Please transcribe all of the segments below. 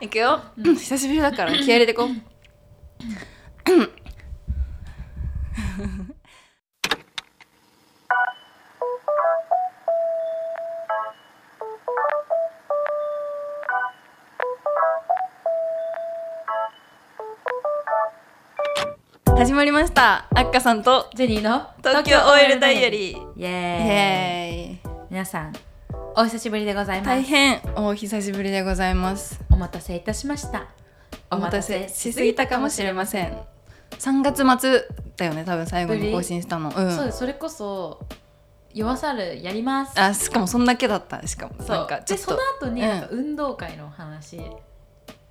いくよ、久しぶりだから気合い入れてこう始まりましたあっかさんとジェニーの東京 OL ダイアリーイイエーイエーイ皆さんお久しぶりでございま大す変お久しぶりでございますお待たせいたしましたお待たせしすぎたかもしれません3月末だよね多分最後ぶにり更新したのうそうんですそれこそ夜さるやりますあしかもそんだけだったしかもそなんうかちょでっそのと後にうんなんか運動会の話、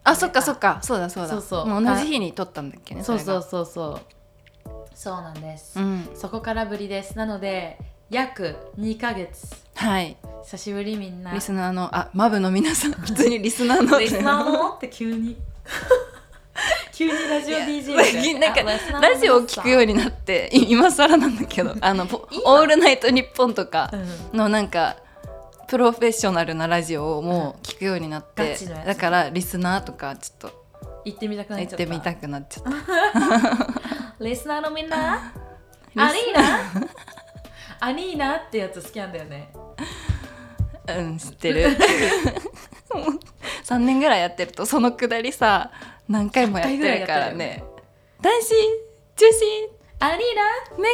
あそっかそっかそうだそうだそうそうもう同じ日に撮ったんだっけねそうれそがうそうそうそうなんです、うんそこからぶりですなので約2ヶ月はい久しぶりみんなリスナーのあマブの皆 さん普通にリスナーのリスナーもって急に 急にラジオ DJ み最たい近なんかあリスナーのラジオを聞くようになってい今更なんだけど「あのポオールナイトニッポン」とかうんのなんかプロフェッショナルなラジオをもう聞くようになっうんてガチのやつだからリスナーとかちょっと行ってみたくなっちゃ行っったてみたくなっちゃった。リスナーのみんなリスアリーナアリーナってやつ好きなんだよねうん知ってる 3年ぐらいやってるとそのくだりさ何回もやってるからね男子女子アリーメ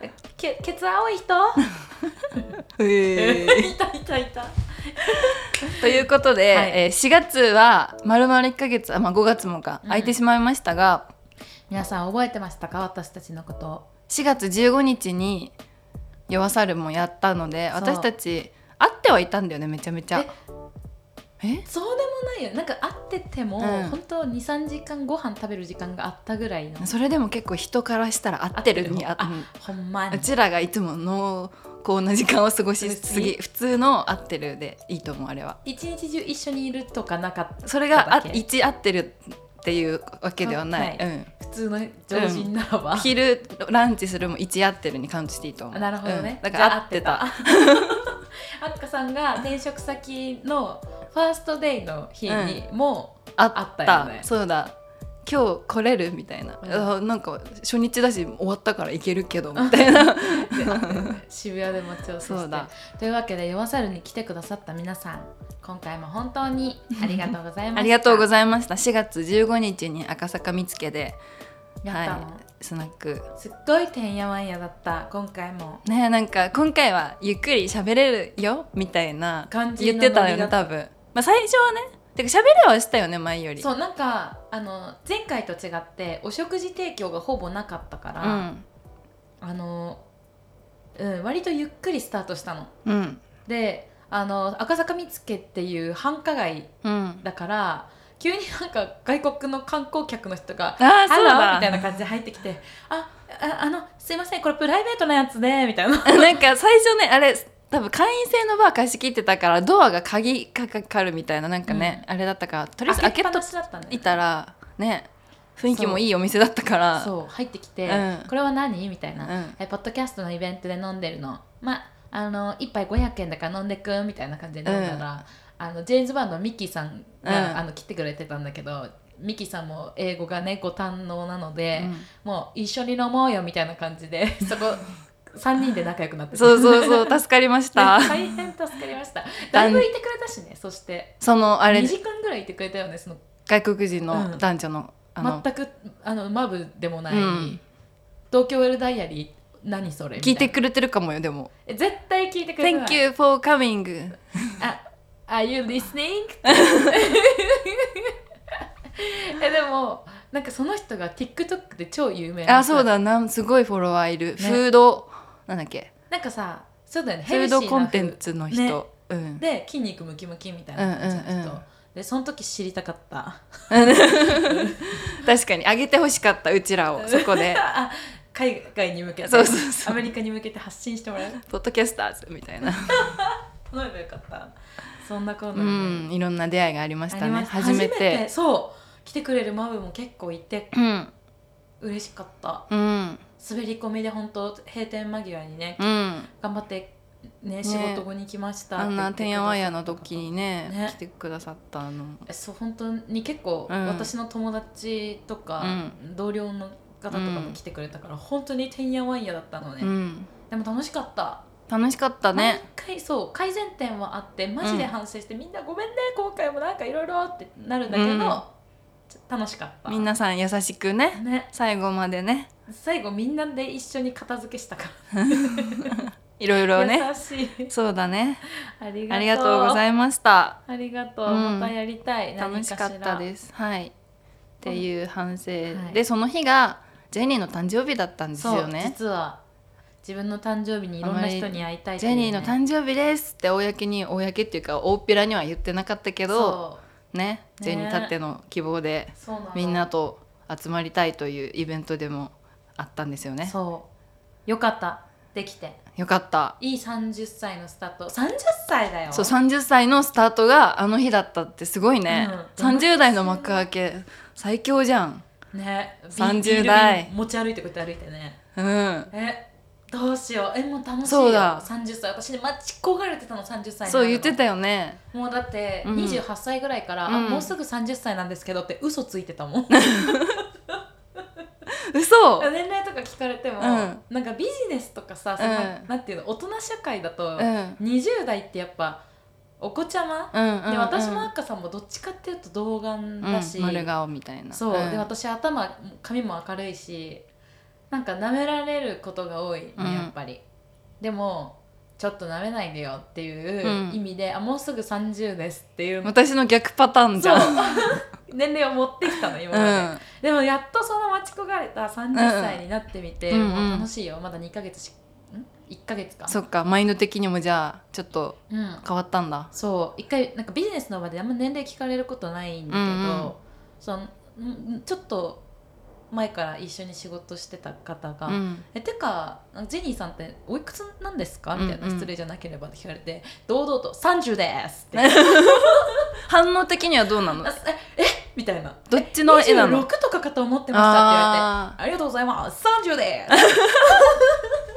ナけケツ青い人ガネ、 いたいたいたということで、はいえー4月はまるまる1ヶ月あ、まあ、5月もかうん空いてしまいましたが、皆さん覚えてましたか私たちのこと4月15日に「弱さる」もやったのでそう私たち会ってはいたんだよねめちゃめちゃ。えそうでもないよなんか会ってても、うん本当二23時間ご飯食べる時間があったぐらいのそれでも結構人からしたら会ってるにああっうてるんほんまうにちらがいつも濃厚な時間を過ごしすぎ別普通の合ってるでいいと思うあれは一日中一緒にいるとかなかったそれがあだけ一合ってるっていうわけではない、はうん、普通の常人ならば、昼ランチするも一合ってるにカウントしていいと思うなるほどねうん、だから合ってじゃあ合たあっかさんが転職先のファーストデイの日にもああっったたよねそうだ今日来れるみたいな、うあなんか初日だし終わったから行けるけどみたいな で会ったよね、渋谷で待ち合わせしてそうだというわけで「弱さる」に来てくださった皆さん今回も本当にありがとうございましたありがとうござざいいました4月15日に赤坂見附で、やったの、い、スナックすっごいてんやわんやだった今回もねなんか今回はゆっくり喋れるよみたいな感じの言ってたよねノリだ多分、まあ、最初はねてか喋れはしたよね前よりそうなんかあの前回と違ってお食事提供がほぼなかったかうら、んあの、うん、割とゆっくりスタートしたのうんであの赤坂見附っていう繁華街うんだから急になんか外国の観光客の人があ「あハそロうー」だみたいな感じで入ってきて「あああのすいませんこれプライベートなやつで」みたい ななんか最初ねあれ多分会員制のバー貸し切ってたからドアが鍵かかるみたいななんかね、あれだったからとりあえず開けっぱとなしだったんだよいたらね雰囲気もいいお店だったからそう入ってきて「うんこれは何?」みたいな、うんえ「ポッドキャストのイベントで飲んでるのまああの1杯500円だから飲んでく」みたいな感じで飲んだら、あのジェーンズバンドのミキさんが、うんあの来てくれてたんだけどミキさんも英語がねご堪能なので。うんもう一緒に飲もうよみたいな感 じでそこ3人で仲良くなってそうそう うそう助かりま した大変助かりましただいぶいてくれたしねそしてそのあれ2時間ぐらいいてくれたよねその外国人うんの男女の,、あの全くあのマブでもなうい、ん東京ウェルダイアリー何それ聞いてみたくれてるかもよでもいな絶対聞いてくれた Thank you for coming あ Are you listening? えでもなんかその人が TikTok で超有名な人あそうだなすごいフォロワーいる、フードなんだっけなんかさそうだよねフヘルーシドーなコンテンツの人、ねうんで筋肉ムキムキみたいな感じの人、うんうんうんでその時知りたかった 確かにあげてほしかったうちらをそこであ海外に向けてそうそうそうアメリカに向けて発信してもらうポッドキャスターズみたいな頼めばよかったそんなこんうなでんいろんな出会いがありましあたりねました初めてそう来てくれるマブも結構いてうん嬉しかったうん滑り込みで本当閉店間際にねうん頑張ってね仕事後に来ましたあんなっててん言やっわんてくださったやの時にねね来てくださったあのえそう本当に結構、うん私の友達とか、同僚の方とかも来てくれたから、本当にてんやわんやだったのね、うんでも楽しかった楽しかったね毎回そう改善点はあってマジで反省して、みんなごめんね今回もなんかいろいろってなるんだけど、うんちょ楽しかった皆さん優しくねね最後までね最後みんなで一緒に片付けしたかいろいろら、ね優しいそうだねありありがとうございいましたますありがとう、うんまたやりたい楽しかったすですはいっていう反省はいでその日がジェニーの誕生日だったんですそようね実は自分の誕生日にいろんな人に会いたいっジていうェねニーの誕生日ですって公に公っていうか大っぴらには言ってなかったけどそうねジェニーたっての希望でそうなのみんなと集まりたいというイベントでもあったんですよねそうよかったできてよかったいい30歳のスタート30歳だよそう30歳のスタートがあの日だったってすごいね、うん30代の幕開け最強じゃんね30ビール瓶代持ち歩いてこうやって歩いてねうんえどうしようえもう楽しいよそうだ30歳私ね待ち焦がれてたの30歳になるのそう言ってたよねもうだってうん28歳ぐらいから、うんあもうすぐ30歳なんですけどって嘘ついてたもん嘘年齢とか聞かれても、うんなんかビジネスとかさその、うんなんていうの大人社会だうんと、うん20代ってやっぱお子ちゃま、うんうんで私もあっかさんもどっちかっていうと童顔だし、うん、丸顔みたいなそう、んで私頭髪も明るいしなんか舐められることが多いねうんやっぱり、でもちょっと舐めないでよってういんう意味で、あもうすぐ30ですっていう私の逆パターンじゃんう、年齢を持ってきたの今まで、ん、でもやっとその待ち焦がれた30歳になってみて、うんもう楽しいよまだ2ヶ月しん1ヶ月かそっかマインド的にもじゃあちょっとうん、変わったんだそう一回なんかビジネスの場であんま年齢聞かれることないんだけど、うんうんそのんちょっと前から一緒に仕事してた方がう「んえてかジェニーさんっておいくつなんですか?」みたいなうんうん失礼じゃなければって聞かれて堂々と「30です!」って「反応的にはどうなのあ ええみたいなどっち「の絵なの26とかかと思ってましあた」って言われて「ありがとうございます30です!ー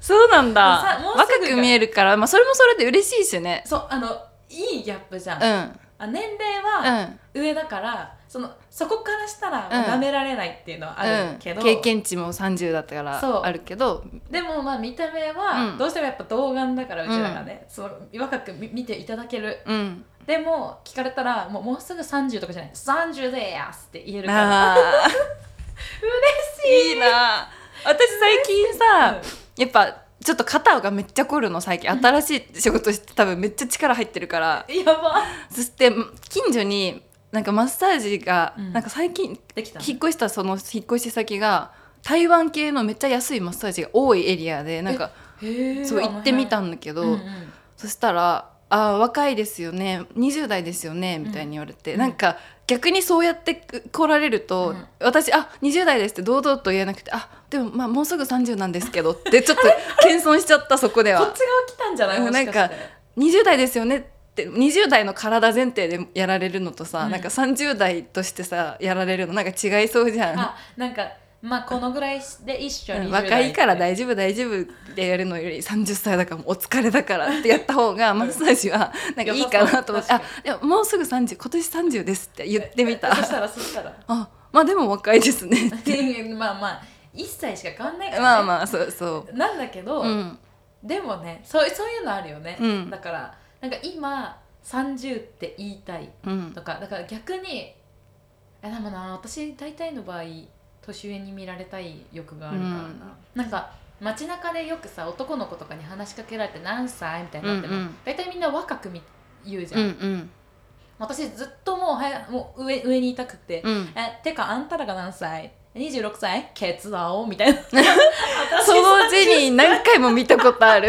そうなんださもうす若ぐがく見えるから、まあ、それもそれで嬉しいしね」そうあのいいギャップじゃん、うんあ年齢うは、ん上だからそのそこからしたらうん舐められないっていうのはあるけど、うん、経験値も30だったかそうらあるけどでもまあ見た目うはんどうしてもやっぱ童顔だからうちらがね、その若く見見ていただけるうんでも聞かれたらもうもうすぐ30とかじゃない30ですって言えるからあー嬉しい いいな私最近さやっぱちょっと肩がめっちゃ凝るの最近新しい仕事して多分めっちゃ力入ってるからうんやばそして近所になんかマッサージが、うんなんか最近できた引っ越したその引っ越し先が台湾系のめっちゃ安いマッサージが多いエリアでなんかへえそう行ってみたんだけど、うんうんそしたら「あー若いですよね20代ですよね」みたいに言われて、うんなんか逆にそうやってく来られると、うん私「あ20代です」って堂々と言えなくて「あでもまあもうすぐ30なんですけど」ってちょっと謙遜しちゃったそこでこっはち。側来たんじゃないうんもしかしてなんか20代ですよねって20代の体前提でやられるのとさ、うんなんか30代としてさやられるのなんか違いそうじゃん。あなんかまあこのぐらいで一緒うにん若いからだ大丈夫大丈夫でやるのより30歳だからもうお疲れだからってやった方がマッサージはなんかいいかなと思って「良あさでももうすぐ30今年30です」って言ってみたそしたらそしたらあまあでも若いですねまあまあ1歳しか変わんないから、ね、まあまあそうそなんだけど、ううんでもねそうそういうのあるよね、うんだからなんか今30って言いたいうんとかだから逆にえでもな私大体の場合年上に見られたい欲があるからな、なんか街中でよくさ男の子とかに話しかけられて「何歳?」みたいになっても、うんうん大体みんな若く見言うじゃ、うんん私ずっともうはやもう上上にいたくて「うんえてかあんたらが何歳 ?26 歳ケツだお」みた いな 私そのジェニー何回も見たことある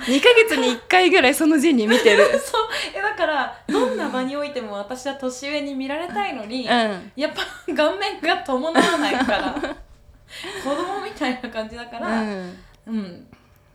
2ヶ月に1回ぐらいそのジェニー見てるそうえだからどんな場においても私は年上に見られたいのに、うんやっぱ顔面が伴わないから子供みたいな感じだからうん、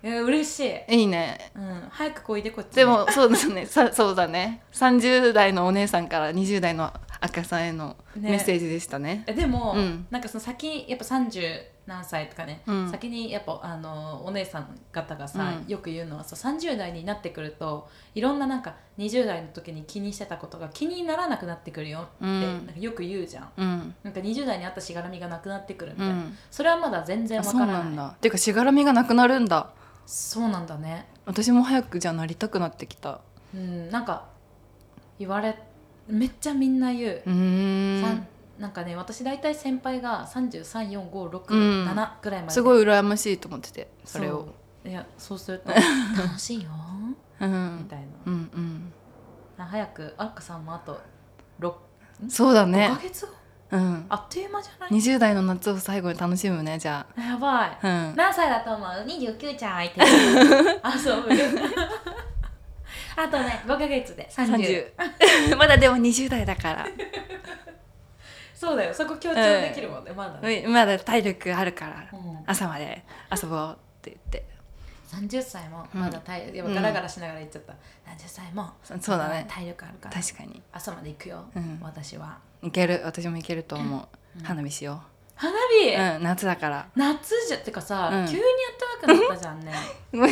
いや嬉しい、うんいいねうん、早くこいでこっちでもそうですねさそうだね30代のお姉さんから20代の赤さんへのねメッセージでしたねえでも、うんなんかその先やっぱ30何歳とかね、うん先にやっぱあのお姉さん方がさ、うんよく言うのはさ30代になってくるといろんななんか20代の時に気にしてたことが気にならなくなってくるよって、うんなんかよく言うじゃんうんなんか20代にあったしがらみがなくなってくるみうたいな、んそれはまだ全然あわそかうらなないんだてかしがらみがなくなるんだそうなんだね私も早くじゃあなりたくなってきたうんなんか言われめっちゃみんな言うう、ーさんんなんかね私大体先輩がうん3345667ぐらいまですごい羨ましいと思っててそれをそういやそうする と楽しいようみんたいうんな早くアッカさんもあとうんそうだ6ねヶ月後うんあっという間じゃない20代の夏を最後に楽しむねじゃやばいあうん何歳だと思う ?29 ちゃ ん相手遊ぶ あとね5ヶ月で30 30まだでも20代だからそうだよそこ強調できるもんね、まだね、 うんまだ体力あるからうん朝まで遊ぼうって言って30歳もまだ体、いやガラガラしながら言っちゃった、30歳もそそうだねま体力あるから確かに朝まで行くよ、うん私はいける私もいけると思う、うん花火しよ花う、火、うん、夏だ から夏じゃってかさ、うん急にやったわけだったじゃんね う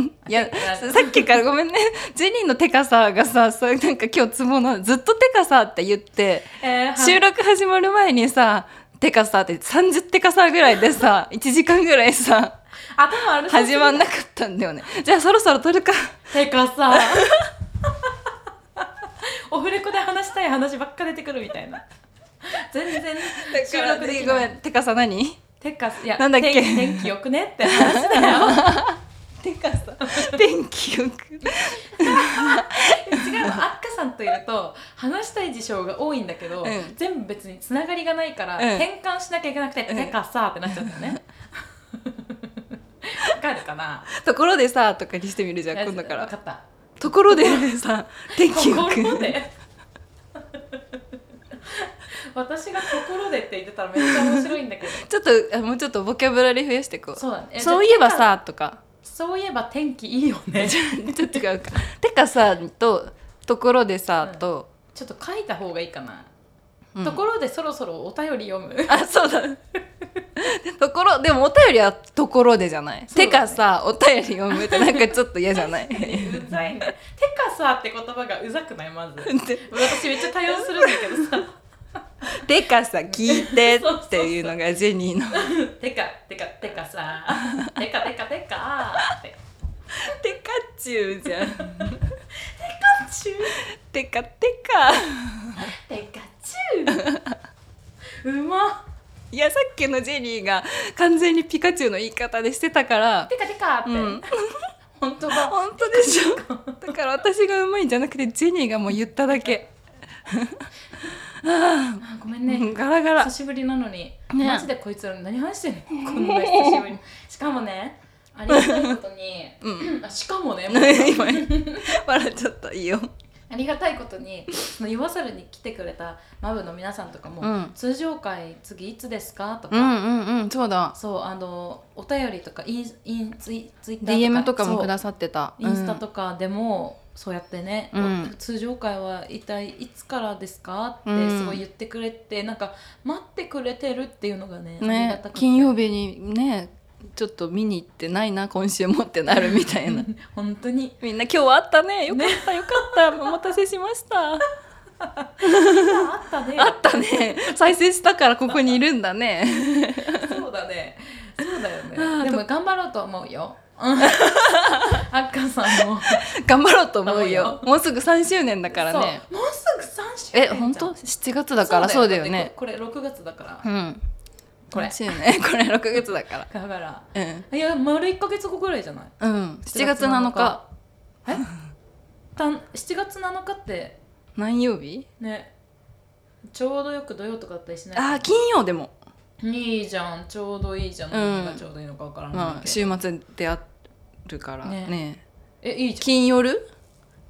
んいやあさっきからご めんねジェニーのテカさがさそうなんか今日ツボなずっとテカさって言ってえー収録始まる前にさテカさって30テカさぐらいで さ1時間ぐらいさ頭悪そう始まんなかったんだ よねじゃあそろそろ撮るかてか さオフレコで話したい話ばっか出てくるみたいな全然収録できごなめいんテカさ 何てかいやなんだっけ天天気よくねって話だ よてかさ天気よく違うのあっかさんといると話したい事象が多いんだけど、うん全部別につながりがないから、うん転換しなきゃいけなくて「うんてかさ」ってなっちゃったよ ね。わかるかなところでさとかにしてみるじゃん今度かわからった。ところでさ天気とよころくで 私が「ところで」って言ってたらめっちゃ面白いんだけどちょっとあもうちょっとボキャブラリー増やしていこうそうだねそういえばさとかそういえば天気いいよ ねちょっと違うか。てかさとところでさ、うんと、ちょっと書いた方がいいかな、うんところでそろそろお便り読むあそうだ。ところでもお便りはところでじゃない。そうだねてかさお便り読むってなんかちょっと嫌じゃ ない。うざいね。てかさって言葉がうざくないまず。て私めっちゃ多用するんだけどさ。てかさ聞いてっていうのがジェニーの。てかてかてかさ。てかてかてかって。てかっちゅうじゃん。チュてかてか。ーてかチュー。うまっ。いやさっきのジェニーが完全にピカチュウの言い方でしてたから。てかてかって。うん 本当だ。本当でしょだから私がうまいんじゃなくてジェニーがもう言っただけ、あごめんうんね。ガラガラ久しぶりなのに、ねマジでこいつら何話してんのこんな久しぶりにしかもねありがたいことに、あしかもねもう 今笑っちゃったいいよありがたいことにその夜遊びに来てくれたマブの皆さんとかも、うん通常会次いつですかとうか、んうんうんそうだそうあのお便りとかインインツイツイッター DM とかもそうくださってたインスタとかでもそうやってね、うん通常会は一体いつからですかってうんすごい言ってくれて、なんか待ってくれてるっていうのがねうんありがねたくて金曜日にねちょっと見に行ってないな今週もってなるみたいな 本 当にみんな今日はあったねよかったよかったお待たせしましたああったねったね再生したからここにいるんだねそうだね。そうだよあーね。でも頑張ろうと思 うよ。あっかさんも。頑張ろうと思うよ思もうすぐ3周年だからねそう。もうすぐ三週え本当7月だからそうだよね。これ六月だからう。んこれそうよね これ6月だかだから。らうんいや丸一ヶ月後ぐらいじゃない。うん7月7日。え？たん七月七日って何曜日ね。ちょうどよく土曜とかだったりしない。あー金曜でもいいじゃん。ちょうどいいじゃん。うん何がちょうどいいのかわからないまあ、けど。週末であるからねねえいいじゃん。金夜、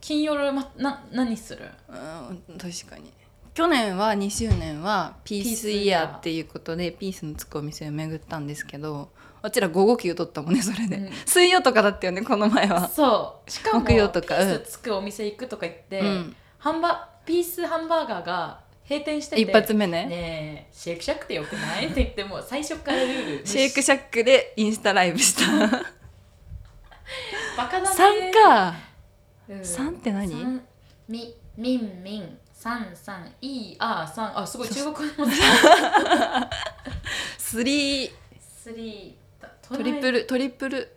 金曜まな何する？うん、確かに去年は2周年はピースイヤーっていうことでピースのつくお店を巡ったんですけどあちら午後休取ったもんねそれで、うん水曜とかだったよねこの前は、そうしかも木曜とかピースつくお店行くとか言って、うんハンバピースハンバーガーが閉店してて一発目ねねえシェイクシャックってよくないって言ってもう最初からルールシェイクシャックでインスタライブした3バカだねかうん3って何さんみみんみんさんさんいいあーさんあすごい中国語の3 スリートリプルトリプル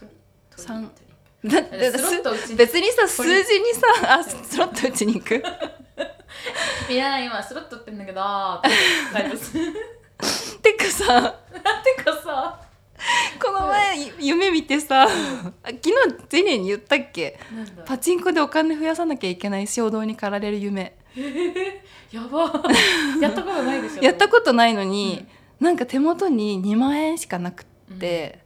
トリトリ三トリだってスロットうちに別にさ数字にさあスロット打ちに 行くいや今スロット打ってんだけどーってタイ プするてかさてかさこの前夢見てさあ昨日ゼニーに言ったっけなんだパチンコでお金増やさなきゃいけない衝動に駆られる夢や ばやったことないでしょやったことないのに、なんか手元に2万円しかなくって、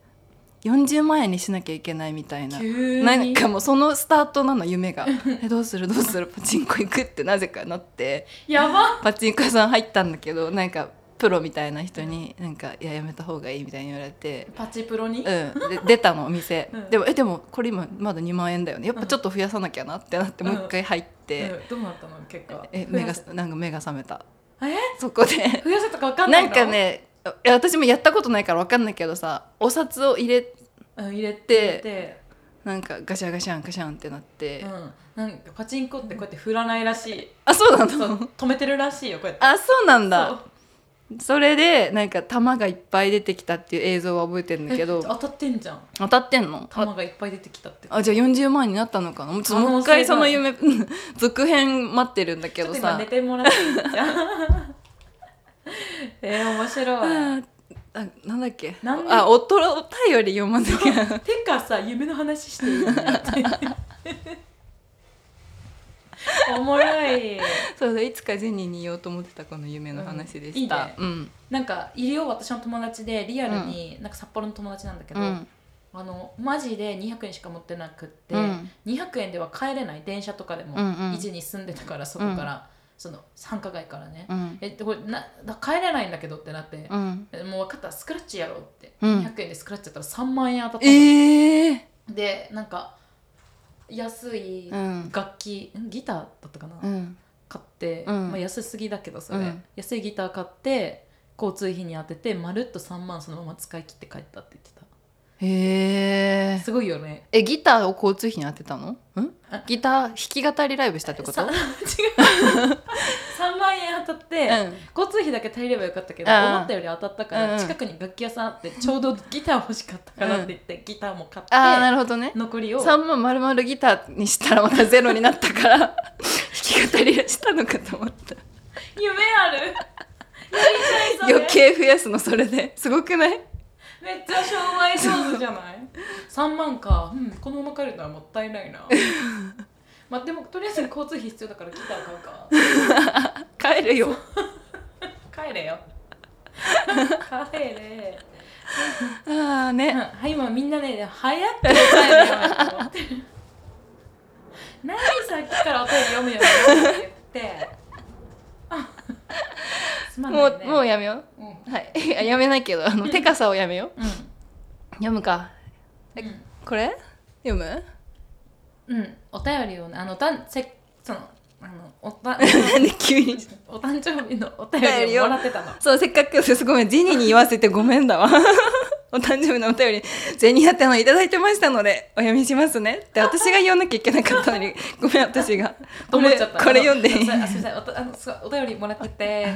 40万円にしなきゃいけないみたいな急になんかもうそのスタートなの夢 がえどうするどうするパチンコ行くってなぜかなってやばパチンコ屋さん入ったんだけどなんかプロみたいな人になんかいややめた方がいいみたいに言われて。パチプロに、うん、 で出たのお店、うんでもえでもこれ今まだ2万円だよねやっぱちょっと増やさなきゃなってなってもう一回入って、うんどうなったの結果え増目やがせなんか目が覚めたえそこで増やせたか分か んなないのんか、ねいや私もやったことないからわかんないけどさお札を入れうん、入れでて入れてなんかガシャンガシャンガシャンってなって、うん、なんかパチンコってこうやって振らないらしい、 あそうなそうの止めてるらしいよこうやってあそうなんそだうそれでなんか玉がいっぱい出てきたっていう映像は覚えてるんだけえ当どたってんじゃん当たってんの玉がいっぱい出てきたってあじゃあ40万になったのかなもうちょっと可もう能一性が回その夢 続編待ってるんだけちょどっと今さ寝てもらっていいじゃん えー、面白いああなんだっけなんであおとろお便り読まなきゃ てかさ夢の話してるよねっておもろいそうだいつかジェニーに言おうと思ってたこの夢の話でした、うんいいねうんなんかいるよ私の友達でリアルに、なんか札幌の友達なんだけど、うんあのマジで200円しか持ってなくって、うん200円では帰れない電車とかでも、うんうん位置に住んでたからそこから、その繁華街からね、うんえこれなだ帰れないんだけどってなって、うんえもう分かったスクラッチやろうって、うん200円でスクラッチやったら3万円当たったのええでなんか安いうん楽器、んギターだったかな、うん買って、うんまあ、安すぎだけどそれ、うん安いギター買って交通費に当ててまるっと3万そのまま使い切って帰ったって言ってへたえすごいよねえギターを交通費に当てたのんあギター弾き語りライブしたってことさ違う 3万円当たって、交通費だけ足りればよかったけどああ思ったより当たったかうんうらん近くに楽器屋さんあってちょうどギター欲しかったからって言って、ギターも買ってああなるほどね残りを3万丸々ギターにしたらまたゼロになったから 弾き語りしたのかと思った夢あるやりたいそれ 余計増やすのそれですごくないめっちゃ商売上手じゃない3万か、うん、このまま帰るのはもったいない なまあでもとりあえず交通費必要だからギター買うか帰るよ帰れ よ帰れああうんねはい今みんなね早く帰れよと思ってる何さっきからお便り読むよって言ってあすまんもないうねもうやめようんうんうはいいや やめないけどあのテカサをやめよう読むかうんこれ読む うん、お便りをねあのたんせそのあの おたなんで急にお誕生日のお便りをもらってたの。そう、せっかくです。ごめん、ジェニーに言わせてごめんだわ。 お誕生日のお便り、ゼニー宛てのいただいてましたので、お読みしますね。って私が言わなきゃいけなかったのに、ごめん、私が。とこ 思っれ、ちゃった。これ読んでいいあのあすいません、おとあのすごいお便りもらってて。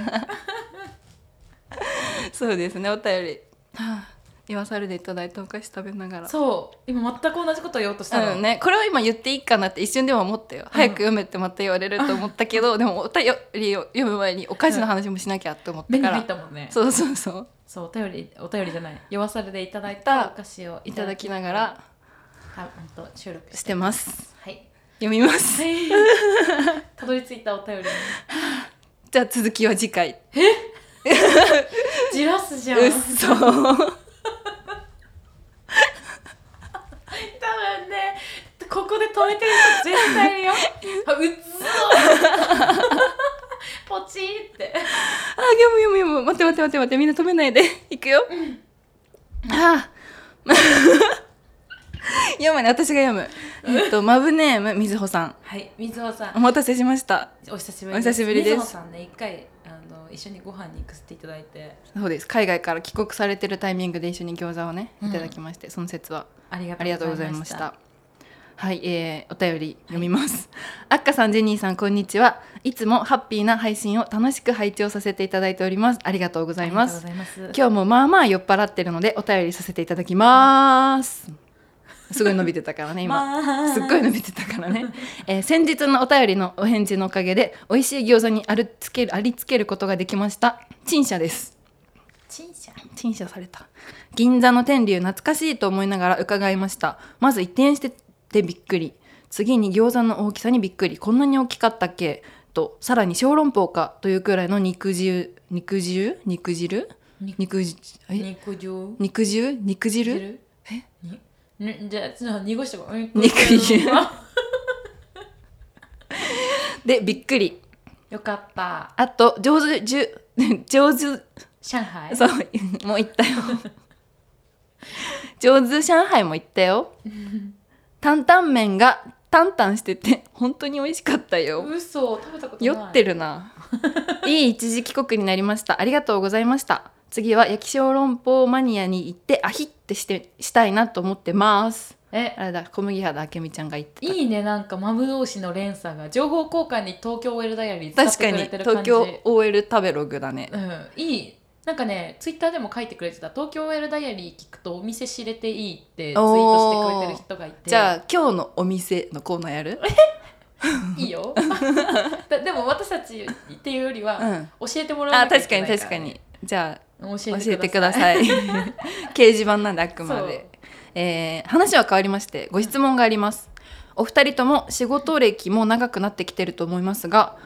そうですね、お便り。はあ、今、猿でいただいたお菓子食べながら。そう、今全く同じこと言おうとしたの。うんね、これを今言っていいかなって一瞬でも思ったよ、早く読めってまた言われると思ったけ どでもお便りを読む前にお菓子の話もしなきゃって思っ目たにから、入ったもんね。そうそうそうそう、お便り、お便りじゃない。夜されでいただいたお菓子をいただきなが。らあ、本当収録し。しててますはい。読みます はい。たどり着いたお便りに。じゃあ続きは次回じらすじゃん。うっそ多分ねここで止めてる人絶対い るよあうっそポチーっあー、て読む読む読む。待って待って待って待って。 みんな止めないで。いくよ。ああ。 読むね私が読むえっとマブネームみずほさんはい水穂さおん待たせしましたお久しぶりお久しぶりです水穂さんね一回あの一緒にご飯に行かせていただいてそうです海外から帰国されてるタイミングで一緒に餃子をねうんいただきまして、その説はありがありがとうございましたあはい、えー、お便り読みます、あっかさんジェニーさんこんにちはいつもハッピーな配信を楽しく拝聴させていただいておりますありがとうございりがまとうごすざいます今日もまあまあ酔っ払ってるのでお便りさせていただきますすごい伸びてたからね今、まあすっごい伸びてたからね、えー先日のお便りのお返事のおかげで美味しい餃子にあるつけるありつけることができました陳謝です陳謝陳謝された銀座の天竜懐かしいと思いながら伺いましたまず一転しててびっくり次に餃子の大きさにびっくりこんなに大きかったっけとさらに小籠包かというくらいの肉汁肉汁肉汁肉肉汁え肉汁肉汁肉汁えににじゃあちょっと濁してごらん肉汁あでびっくり よかったあと上手じゅ上手上海そうもう行ったよ上手上海も行ったよ担々麺がタンタンしてて本当に美味しかったよ嘘食べたことな酔いってるるないい一時帰国になりましたありがとうございました次は焼き小籠包マニアに行ってアヒってしてしたいなと思ってますえあれだ小麦肌あけみちゃんが言ってたいいねなんかマブ同士の連鎖が情報交換に東京 OL ダイアリー使っ確てかくれにてる感東じ京 OL 食べログだねうんいいなんかねツイッターでも書いてくれてた東京 OL ダイアリー聞くとお店知れていいってツイートしてくれてる人がいてじゃあ今日のお店のコーナーやるいいよ だでも私たちっていうよりは、うん教えてもらわあなきゃい確かけにない確かにじゃあら教教えてえてくだくださいさい 掲示板なんであくまで、えー話は変わりましてご質問がありますお二人とも仕事歴も長くなってきてると思いますが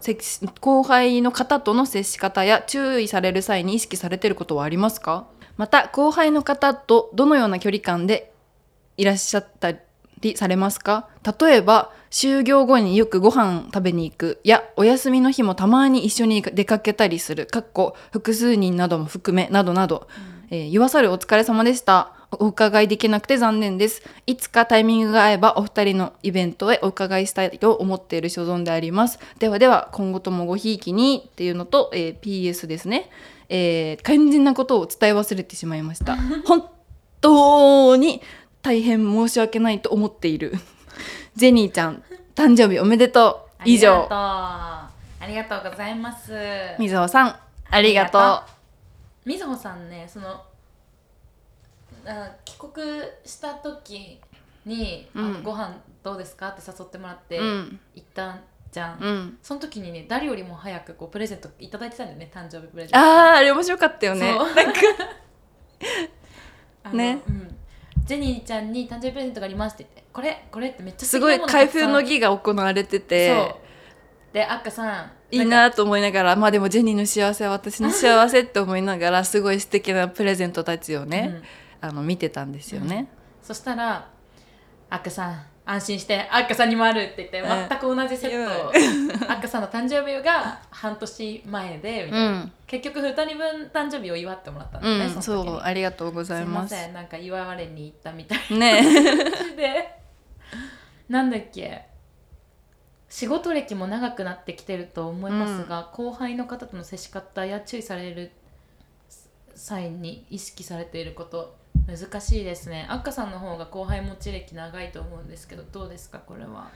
せ後輩の方との接し方や注意される際に意識されてることはありますかまた後輩の方とどのような距離感でいらっしゃったりされますか例えば就業後によくご飯食べに行くやお休みの日もたまに一緒に出かけたりするかっこ複数人なども含めなどなど、えー言わさるお疲れ様でしたお伺いできなくて残念ですいつかタイミングが合えばお二人のイベントへお伺いしたいと思っている所存でありますではでは今後ともごひいきにっていうのと、えー PS ですね、えー肝心なことを伝え忘れてしまいました 本当に大変申し訳ないと思っている ジェニーちゃん誕生日おめでとう以上ありがとうありがとうございます水穂さんありがとうあみずほさんねそのあ帰国した時に、あうんご飯どうですかって誘ってもらって、うん行ったじゃん、うんその時にね誰よりも早くこうプレゼントいただいてたんだよね誕生日プレゼントあーあれ面白かったよねそうなんか あのねうん、ジェニーちゃんに誕生日プレゼントがありますって言ってこれこれってめっちゃすごい開封の儀儀が行われてでてであっかさんいいんかなと思いながらまあでもジェニーの幸せは私の幸せって思いながらすごい素敵なプレゼントたちをうね、んあの見てたんですよね、そしたらあっかさん安心してあっかさんにもあるって言ってうん全く同じセットを あっかさんの誕生日が半年前でみうたいなん結局2人分誕生日を祝ってもらったんだうね、ん、その時そうにありがとうござすいいまますせんなんか祝われに行ったみたいね でなんだっけ仕事歴も長くなってきてると思いますが、後輩の方との接し方や注意される際に意識されていること難しいですねあっかさんの方が後輩持ち歴長いと思うんですけどどうですかこれは、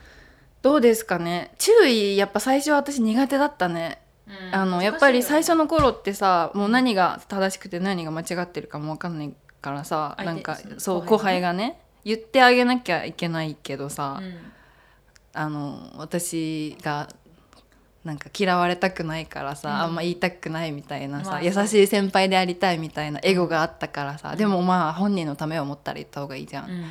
どうですかね注意やっぱ最初は私苦手だったねうんあ難のしいやっぱり最初よねの頃ってさもう何が正しくて何が間違ってるかもわかんないからさ相手なんかそのそう後後輩輩がね言ってあげなきゃいけないけどさ、うんあの私がなんか嫌われたくないからさ、うんあんま言いたくないみたいなさ、まあ優しい先輩でありたいみたいなエゴがあったからさ、うんでもまあ本人のためを思ったら言った方がいいじゃん。うんうん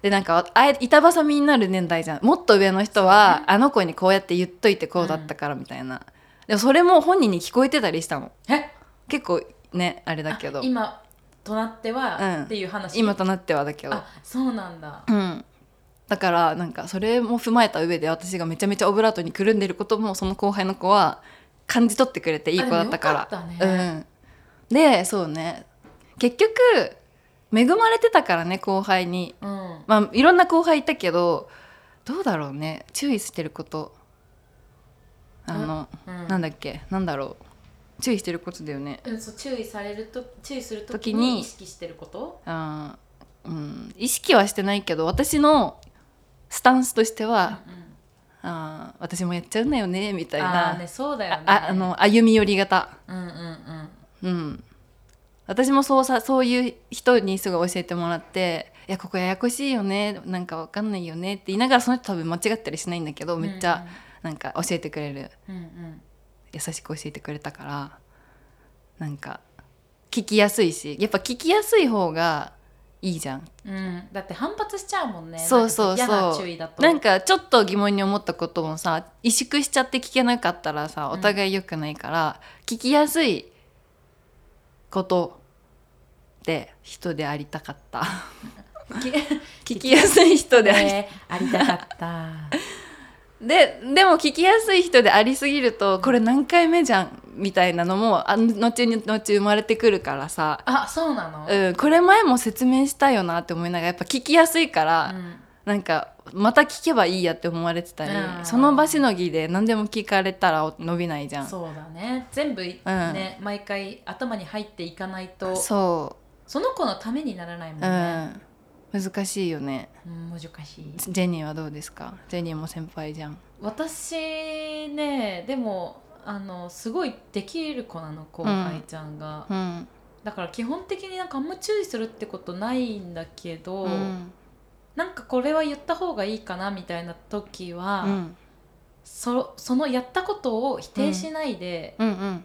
でなんかあ板挟みになる年代じゃんもっと上の人は、あの子にこうやって言っといてこうだったからみたいな、でもそれも本人に聞こえてたりしたのえ結構ねあれだけどあ今となっては、うんっていう話今となってはだけどあそうなんだうん、だからなんかそれも踏まえた上で私がめちゃめちゃオブラートにくるんでることもその後輩の子は感じ取ってくれていい子だったから。あでもよかったねうん、でそうね結局恵まれてたからね後輩にうんまあいろんな後輩いたけどどうだろうね注意してることあの、うんなんだっけなんだろう注意してることだよねうんそう注意されると注意すると時きにに意識してることあーうん意識はしてないけど私のスタンスとしては、うんうんあー私もやっちゃうんだよねみたいあなあーねそうだよねああの歩み寄り型うんうんううんん私もそうさそういう人にすごい教えてもらって「いやここややこしいよねなんかわかんないよね」って言いながらその人多分間違ったりしないんだけどめっちゃなんか教えてくれるうんうん優しく教えてくれたからなんか聞きやすいしやっぱ聞きやすい方がいいじゃんうんうんだって反発しちゃうもんねそうそうそうなんか嫌な注意だとなんかちょっと疑問に思ったこともさ萎縮しちゃって聞けなかったらさお互い良くないから、聞きやすいことで人でありたかった き聞きやすい人でありえーありたか ったででも聞きやすい人でありすぎるとこれ何回目じゃんみたいなのもあ後に後生まれてくるからさ、あそうなのうん、これ前も説明したよなって思いながらやっぱ聞きやすいから、うんなんかまた聞けばいいやって思われてたり、うんその場しのぎで何でも聞かれたら伸びないじゃんそそうだね全部い、うんね毎回頭に入っていかないとうその子のためにならないもんうね、ん難しいよねうん、難しいジェニーはどうですかジェニーも先輩じゃん私ねでもあのすごいできる子なの後輩ちゃんが、うんだから基本的になんかあんま注意するってことないんだけど、うんなんかこれは言った方がいいかなみたいな時は、うんそそのやったことを否定しないで、うんうん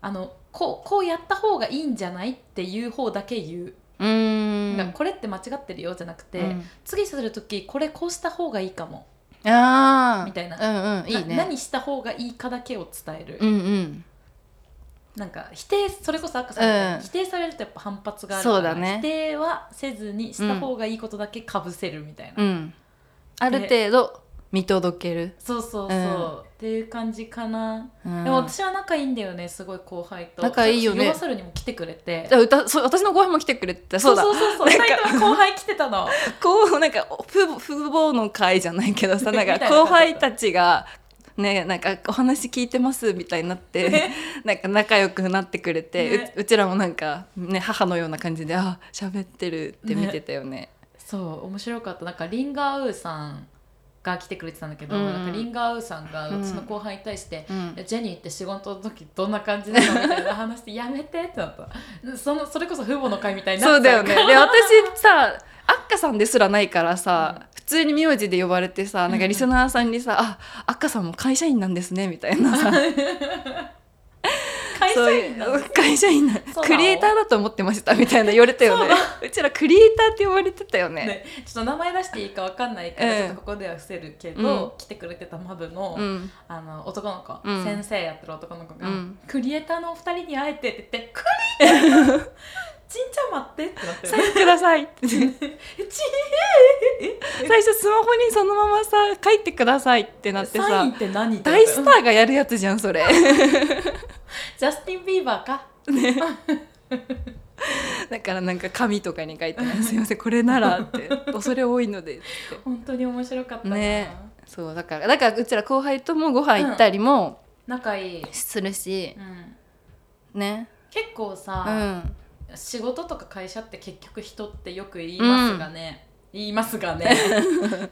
あのこうこうやった方がいいんじゃないっていう方だけ言う、うーんなんかこれって間違ってるよじゃなくて、次する時これこうした方がいいかもうんああみたいなうんうんいいなね何した方がいいかだけを伝える、うんうんなんか否定それこそ赤さんみたいにうん否定されるとやっぱ反発があるからそうだね否定はせずにした方がいいことだけかぶせるみたいな、うんある程度見届ける、そうそうそう、うんっていう感じかな、うん、でも私は仲いいんだよねすごい後輩と仲いいよね夜遊びにも来てくれてあ歌そう私の後輩も来てくれてたそうだそうそうそうなん2か人とも後輩来て たのこうなんか父母父母の会じゃないけどさなんかみたいな後輩たちが。ね、なんかお話聞いてますみたいになって、ねなんか仲良くなってくれて、ねううちらもなんか、ね、母のような感じであ喋ってるって見てたよね。そう面白かったなんかリンガーウーさんが来てくれてたんだけど、うんなんかリンガーウーさんがうんうちの後輩に対してういやん、ジェニーって仕事の時どんな感じなのみたいな話してやめてってなったそのそれこそ父母の会みたいになっそうだようね。で私さあっかさんですらないからさ、普通に名字で呼ばれてさなんかリスナーさんにさ「ああっかさんも会社員なんですね」みたいなさ会そう社い員なのう会社員なそうなのクリエイターだと思ってましたみたいな言われたよねうちらクリエイターって呼ばれてたよねねちょっと名前出していいかわかんないから、うんちょっとここでは伏せるけど、う来てくれてたマブの,、うんあの男の子、うん先生やってる男の子が、うんクリエイターのお二人に会えてって言って「クリエイターちんちゃん待って」ってな ってサインくださいって最「ち初スマホにそのままさ書いてくださいってなってサインさって何?」って大スターがやるやつじゃんそ れジャスティン・ビーバーかだからなんか紙とかに書いてね「すいませんこれなら」って「恐れ多いので」って本当に面白かったな、ねそうだからだからうちら後輩ともご飯行ったりも仲いい、するしうん、ね結構さ、うん仕事とか会社って結局人ってよく言いますがね、言いますが ね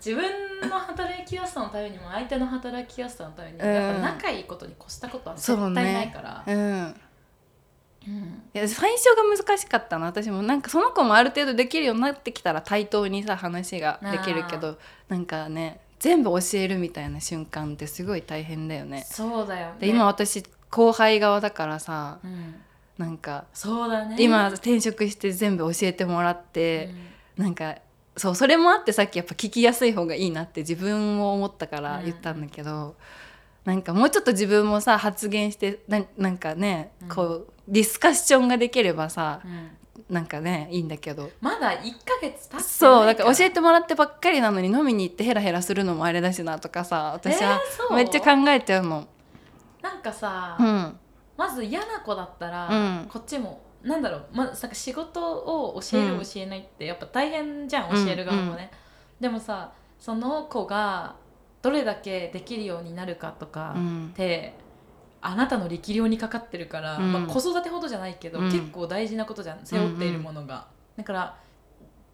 自分の働きやすさのためにも相手の働きやすさのために、うんやっぱ仲いいことに越したことは絶対ないからう、うんん、いや最初が難しかったな私もなんかその子もある程度できるようになってきたら対等にさ話ができるけどなんかね全部教えるみたいな瞬間ってすごい大変だよね。そうだよねで今私後輩側だからさうん、なんかそうだね今転職して全部教えてもらって、なんかそうそれもあってさっきやっぱ聞きやすい方がいいなって自分を思ったから言ったんだけど、なんかもうちょっと自分もさ発言してななんかねうんこうディスカッションができればさうんうんなんかねいいんだけどまだ1ヶ月経ってないそうだから教えててもらってばっかりなのに飲みに行ってヘラヘラするのもあれだしなとかさ私はそうめっちゃ考えちゃうの。なんかさ、うんまず嫌な子だったら、うんこっちもなんだろう、まあ、なんか仕事を教える、うん教えないってやっぱ大変じゃんうん教える側もね、でもさその子がどれだけできるようになるかとかうんって、あなたの力量にかかってるから、うんまあ、子育てほどじゃないけど、うん結構大事なことじゃん背負っているものが、だから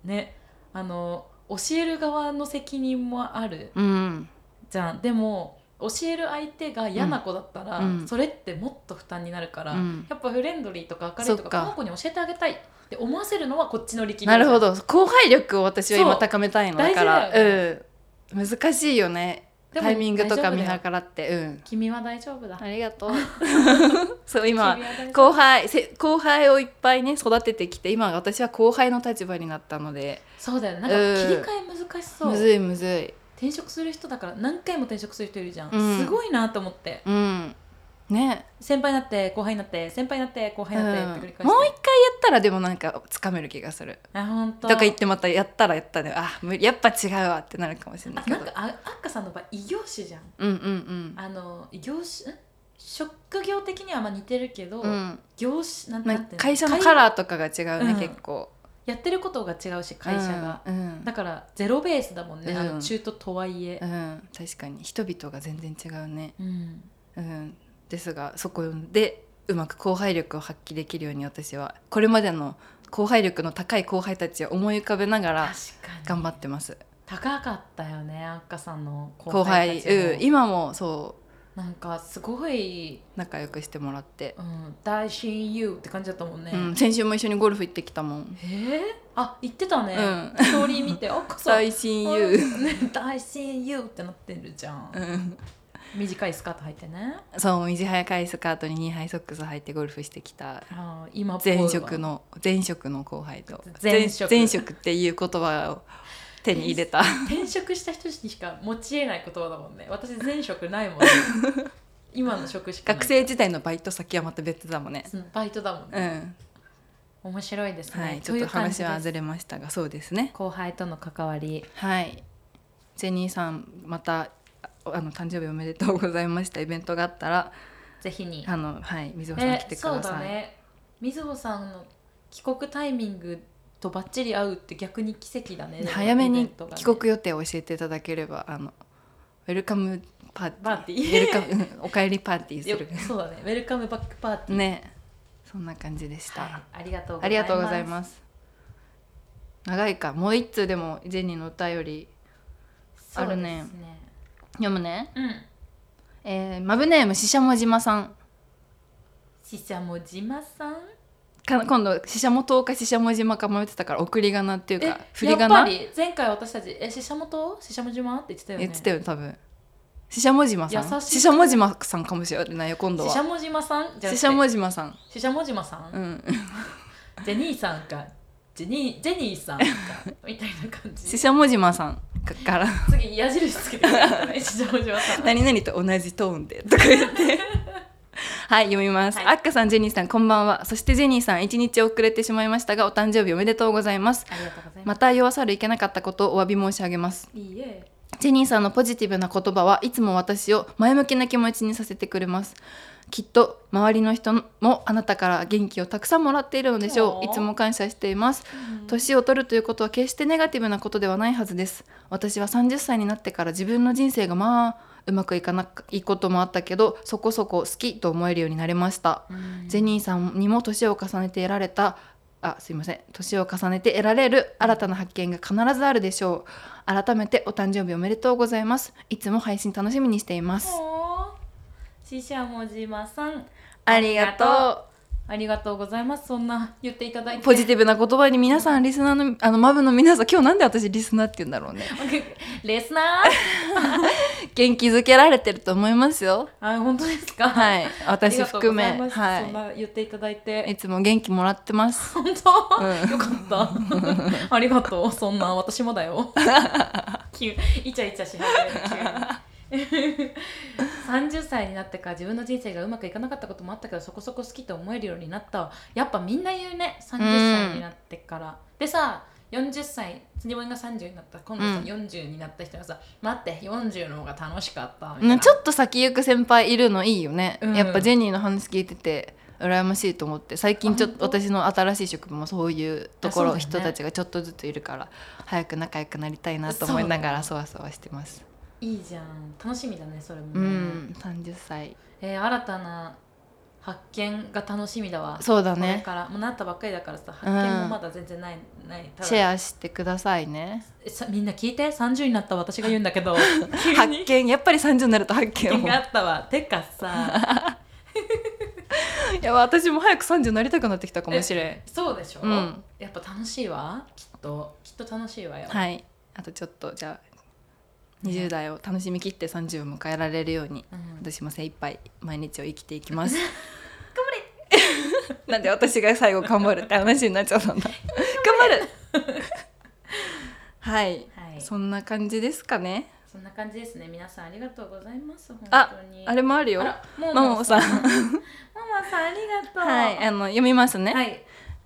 ねあの教える側の責任もあるうんじゃんでも教える相手が嫌な子だったら、うんそれってもっと負担になるから、うんやっぱフレンドリーとか明るいとそっかかこの子に教えてあげたいって思わせるのはこっちの力量なるほどど後輩力を私は今そう高めたいのだから大事だうん、難しいよねタイミングとか見計らってうん君は大丈夫だありがとう そう今君は大丈夫後輩せ後輩をいっぱいね育ててきて今私は後輩の立場になったのでそうだよねなんかうん切り替え難しそう、むずいむずい転職する人だから何回も転職する人いるじゃん、うんすごいなと思ってうんね先輩になって後輩になって先輩になって後輩になってって繰り返して、うんもう一回やったらでもなんか掴める気がするあ本当とか言ってまたやったらやったであ無理やっぱ違うわってなるかもしれなあいけなんどかああっかさんの場合異業種じゃんうんうんあの異業種ん職業的にはまあ似てるけど、うんうん業種なんななんんかていう会社のカ会ラーとかが違うね、うん結構やってることが違うし会社が、うん、うんだからゼロベースだもんね、あうんの中途とはいえう、ん確かに人々が全然違うね、うんうん、ですがそこでうまく後輩力を発揮できるように私はこれまでの後輩力の高い後輩たちを思い浮かべながら確かに頑張ってます高かったよねあっかさんの後後輩輩たちもうん、今もそなんかすごい、う仲良くしてもらって、うん、大親友って感じだったもんね、うん、先週も一緒にゴルフ行ってきたもん、えー、あ言ってたね、うんストーリー見てあっかさん最新優、ね大親友ってなってるじゃん、うん、 短いスカート履いてねそう短い赤いスカートにニーハイソックス履いてゴルフしてきたあー今っぽいわ前職の前職の後輩と前職前前職っていう言葉を手に入れた転職した人にしか持ち得ない言葉だもんね私前職ない もんね今の職しかない学生時代のバイト先はまた別だもんねそのバイトだもんうんね、面白いですね、はいちとょっいとう感じ話はですずれましたがそうですね後輩との関わりはいジェニーさんまたああの誕生日おめでとうございましたイベントがあったらぜひにあのはい水穂さんえ来てくそうだださい、ね水穂さんの帰国タイミングとバッチリ合うって逆に奇跡だね早めイベにントがね帰国予定を教えていただければあのウェルカムパーティーパーティーウェルカムうん お帰りパーティーすよるそうだねウェルカムバックパーティー、ねそんな感じでした、はい、ありがとうございますありがとうございます。長いか、もう一通でもジェニーのお便りすそうですある読むね。うんえーマブネームししゃもじまさん。ししゃもじまさんか今度ししゃもとかししゃもじまか迷ってたから送り仮名っていうかえ振り仮やっ名ぱり前回私たち「えししゃもとししゃもじま?」って言ってたよね言ってたよ多分。ししゃもじまさ優ん。しいししゃもじまさんかもしれないよ今度ししゃは。もじまさんじゃなしくしゃてもじまさん。ししゃもじまさん、うん。 ジェニーさんかジェニージェニーさ んかみたいな感しじしゃもじまさんかから次矢印つけてくだ さいねししゃもじまさん何々と同じトーンでとか言って はい読みます、はいあっかさんジェニーさんこんばんはそしてジェニーさん一日遅れてしまいましたがお誕生日おめでとうございますありがとうございままた弱さるいけなかったことをお詫び申し上げますすいいえジェニーさんのポジティブな言葉はいつも私を前向きな気持ちにさせてくれますきっと周りの人もあなたから元気をたくさんもらっているのでしょおうーいつも感謝しています年を取るということは決してネガティブなことではないはずです私は30歳になってから自分の人生がまあうまくいかないこともあったけどそこそこ好きと思えるようになれました、ジェニーさんにも年を重ねて得られたあすいません年を重ねて得られる新たな発見が必ずあるでしょう改めてお誕生日おめでとうございますいつも配信楽しみにしていますおししゃもじまさんありがとありがとうございますそんな言っていただいうてポジティブな言葉に皆さんリスナーのあのマブの皆さん今日なんで私リスナーって言うんだろう ね レ スナー元気づけられてると思いますよあ本当ですかいはい、私含め、はそんい、な言っていただいいてつも元気もらってます。本う当、んよかっ たありがとうそんな私もだよ 急イチャイチャし始める急に30歳になってから自分の人生がうまくいかなかったこともあったけどそこそこ好きと思えるようになったわやっぱみんな言うね30歳になってから、でさ40歳自分が30になった今度さ、うん40になった人がさ「待って40の方が楽しかった」みたいなねちょっと先行く先輩いるのいいよね。うんやっぱジェニーの話聞いてて、羨ましいと思って最近ちょっとあ本当私の新しい職場もそういうとこあそうだろ、よね人たちがちょっとずついるから早く仲良くなりたいなと思いながらそわそわしてますいいじゃん楽しみだねそれもね、うん30歳えー新たな発見が楽しみだわそうだこれねからもうなったばっかりだからさ発見もまだ全然ない、ないただシェアしてくださいねえさみんな聞いて30になった私が言うんだけど 急発に見やっぱり30になると発見発見をがあったわてか さいや私も早く30になりたくなってきたかもしれんそうでしょ、うんやっぱ楽しいわきっときっと楽しいわよ、はいあとちょっとじゃあ20代を楽しみきって30を迎えられるようにうん私も精一杯毎日を生きていき ます頑張れ なんで私が最後頑張るって話になっちゃった んだ頑張るはい、はい、そそんな感じですかねんな感じですね皆さんありがとうございます本あ当にあれもあるよあらもうももさんママさんありがとうはいあの読みますね、はい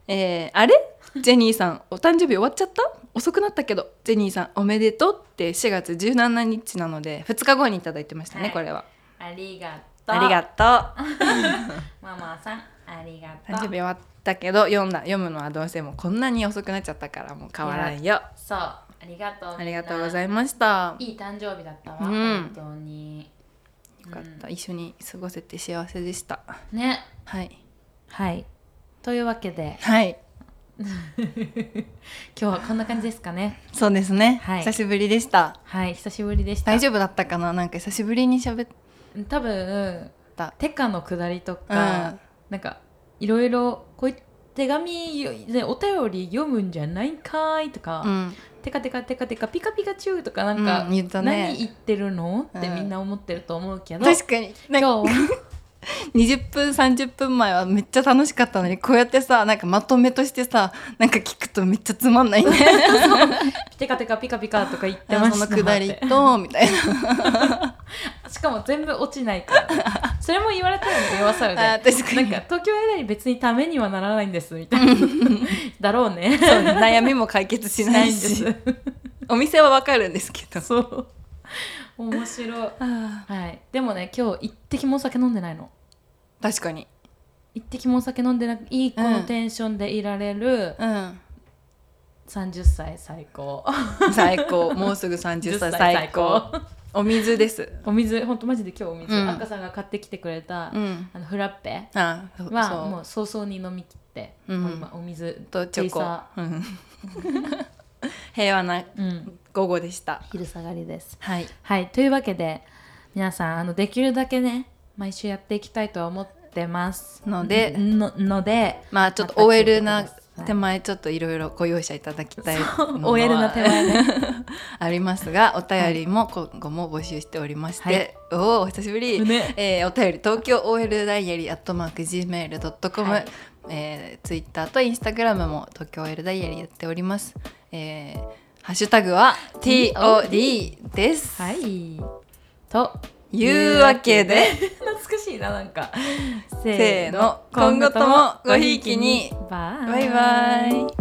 えーあれジェニーさんお誕生日終わっちゃった遅くなったけどジェニーさんおめでとうって4月17日なので2日後にいただいてましたね、はいこれはありがとうありがとうママさんありが誕生と日う終わったけど読んだ読むのはどうせもうこんなに遅くなっちゃったからもう変わらんよそうありがとうありがとうございいましたいい誕生日だったわ、うん本当によかった、一緒に過ごせて幸せでしたうんねはいはいというわけではい今日はこんな感じですかねそうですね、はい久しぶりでしたはい久しぶりでした大丈夫だったかななんか久しぶりに喋っ多分たテカの下りとか、うんなんかいろいろこういう手紙よねお便り読むんじゃないんかーいとか、うんテカテカテカテカピカピカチュウとかなんか、うん言ったね何言ってるのってうんみんな思ってると思うけど、確かになんか今日は20分30分前はめっちゃ楽しかったのにこうやってさなんかまとめとしてさなんか聞くとめっちゃつまんないね テカテカピカピカとか言ってそまのしたくだりとみた いしかも全部落ちないから それも言われたよね弱さよなあね確かなんにか東京エリアに別にためにはならないんですみたいなだろうねそうね悩みも解決しないしないんで お店はわかるんですけどすそう面白いあはいでもね今日一滴もお酒飲んでないのー確かに一滴もお酒飲んでなくいいこうのんテンションでいられるうん30歳最高最高もうすぐ30 歳10歳最最高高お水ですお水ほんとマジで今日お水、うん赤さんが買ってきてくれた、うんあのフラッペあそはもうう早々に飲み切って、うんもう今お水とチョテイサコうん 平和なーうん、午後でした昼下がりですはいはい、というわけで皆さんあのできるだけね毎週やっていきたいとは思ってますのでののでまあちょっとまた聞い OL てくだなさい手前ちょっといろいろご容赦いただきたいものは OL な手前 ねありますがお便りも今後も募集しておりまして、はいおお久しぶり、ねえーお便り東京 OL ダイアリーアットマーク Gmail.com、はいえー、Twitter と Instagram も東京 OL ダイアリーやっております、えーハッシュタグは TOD です、はいというわけで 懐かしいななんかせーの今後ともごひいきにバイバイバイ